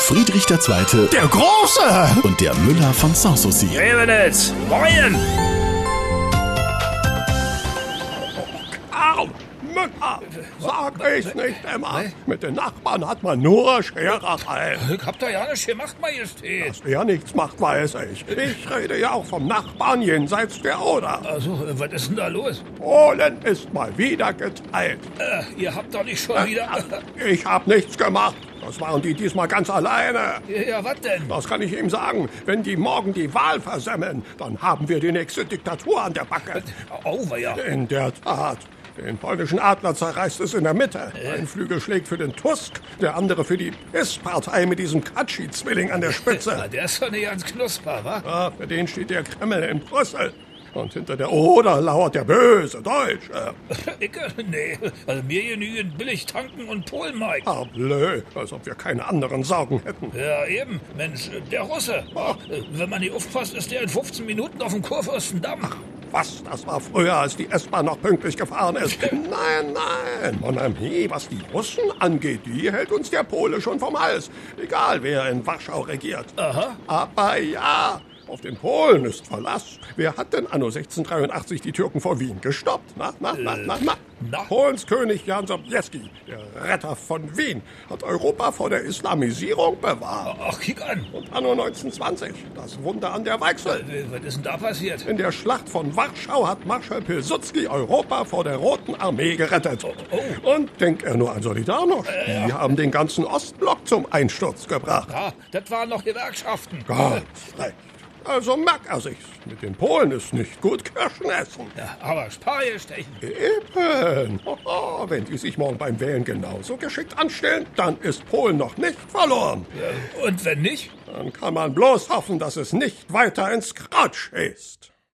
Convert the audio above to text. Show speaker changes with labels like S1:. S1: Friedrich II.
S2: Der Große!
S1: und der Müller von Sanssouci.
S2: Revenitz! Moin!
S3: Au! Mück, au. Sag ich nicht immer. Mit den Nachbarn hat man nur Schererei.
S2: Ich hab da ja nichts gemacht, Majestät.
S3: Wer nichts macht, weiß ich. Ich rede ja auch vom Nachbarn jenseits der Oder.
S2: Also, äh, was ist denn da los?
S3: Polen ist mal wieder geteilt.
S2: Äh, ihr habt doch nicht schon wieder...
S3: Ich hab nichts gemacht. Das waren die diesmal ganz alleine.
S2: Ja, was denn?
S3: Das kann ich ihm sagen. Wenn die morgen die Wahl versemmeln, dann haben wir die nächste Diktatur an der Backe.
S2: Auweia.
S3: In der Tat. Den polnischen Adler zerreißt es in der Mitte. Ein Flügel schlägt für den Tusk, der andere für die Pisspartei mit diesem Katschi-Zwilling an der
S2: Na,
S3: Spitze.
S2: der ist doch nicht ganz knusper, wa?
S3: Ja, für den steht der Kreml in Brüssel. Und hinter der Oder lauert der böse Deutsche.
S2: Ich, äh, nee, also mir genügen billig tanken und Polen, Mike.
S3: Ah, blö, als ob wir keine anderen Sorgen hätten.
S2: Ja, eben. Mensch, äh, der Russe. Äh, Wenn man nicht aufpasst, ist der in 15 Minuten auf dem Kurfürstendamm.
S3: Was, das war früher, als die S-Bahn noch pünktlich gefahren ist. Nein, nein. Mon ami, was die Russen angeht, die hält uns der Pole schon vom Hals. Egal, wer in Warschau regiert.
S2: Aha.
S3: Aber ja, auf den Polen ist Verlass. Wer hat denn anno 1683 die Türken vor Wien gestoppt? Na, na, na, na, na.
S2: Äh, na?
S3: Polens König Jan Sobieski, der Retter von Wien, hat Europa vor der Islamisierung bewahrt.
S2: Ach, kick an.
S3: Und anno 1920, das Wunder an der Weichsel.
S2: Äh, Was ist denn da passiert?
S3: In der Schlacht von Warschau hat Marschall Pilsudski Europa vor der Roten Armee gerettet. Und denkt er nur an Solidarność. Die haben den ganzen Ostblock zum Einsturz gebracht.
S2: Ah, das waren noch Gewerkschaften.
S3: Gott, recht. Also merkt er sich's. Mit den Polen ist nicht gut Kirschen essen.
S2: Ja, aber Spargel stechen.
S3: Eben. Hoho, wenn die sich morgen beim Wählen genauso geschickt anstellen, dann ist Polen noch nicht verloren.
S2: Und wenn nicht?
S3: Dann kann man bloß hoffen, dass es nicht weiter ins Kratsch ist.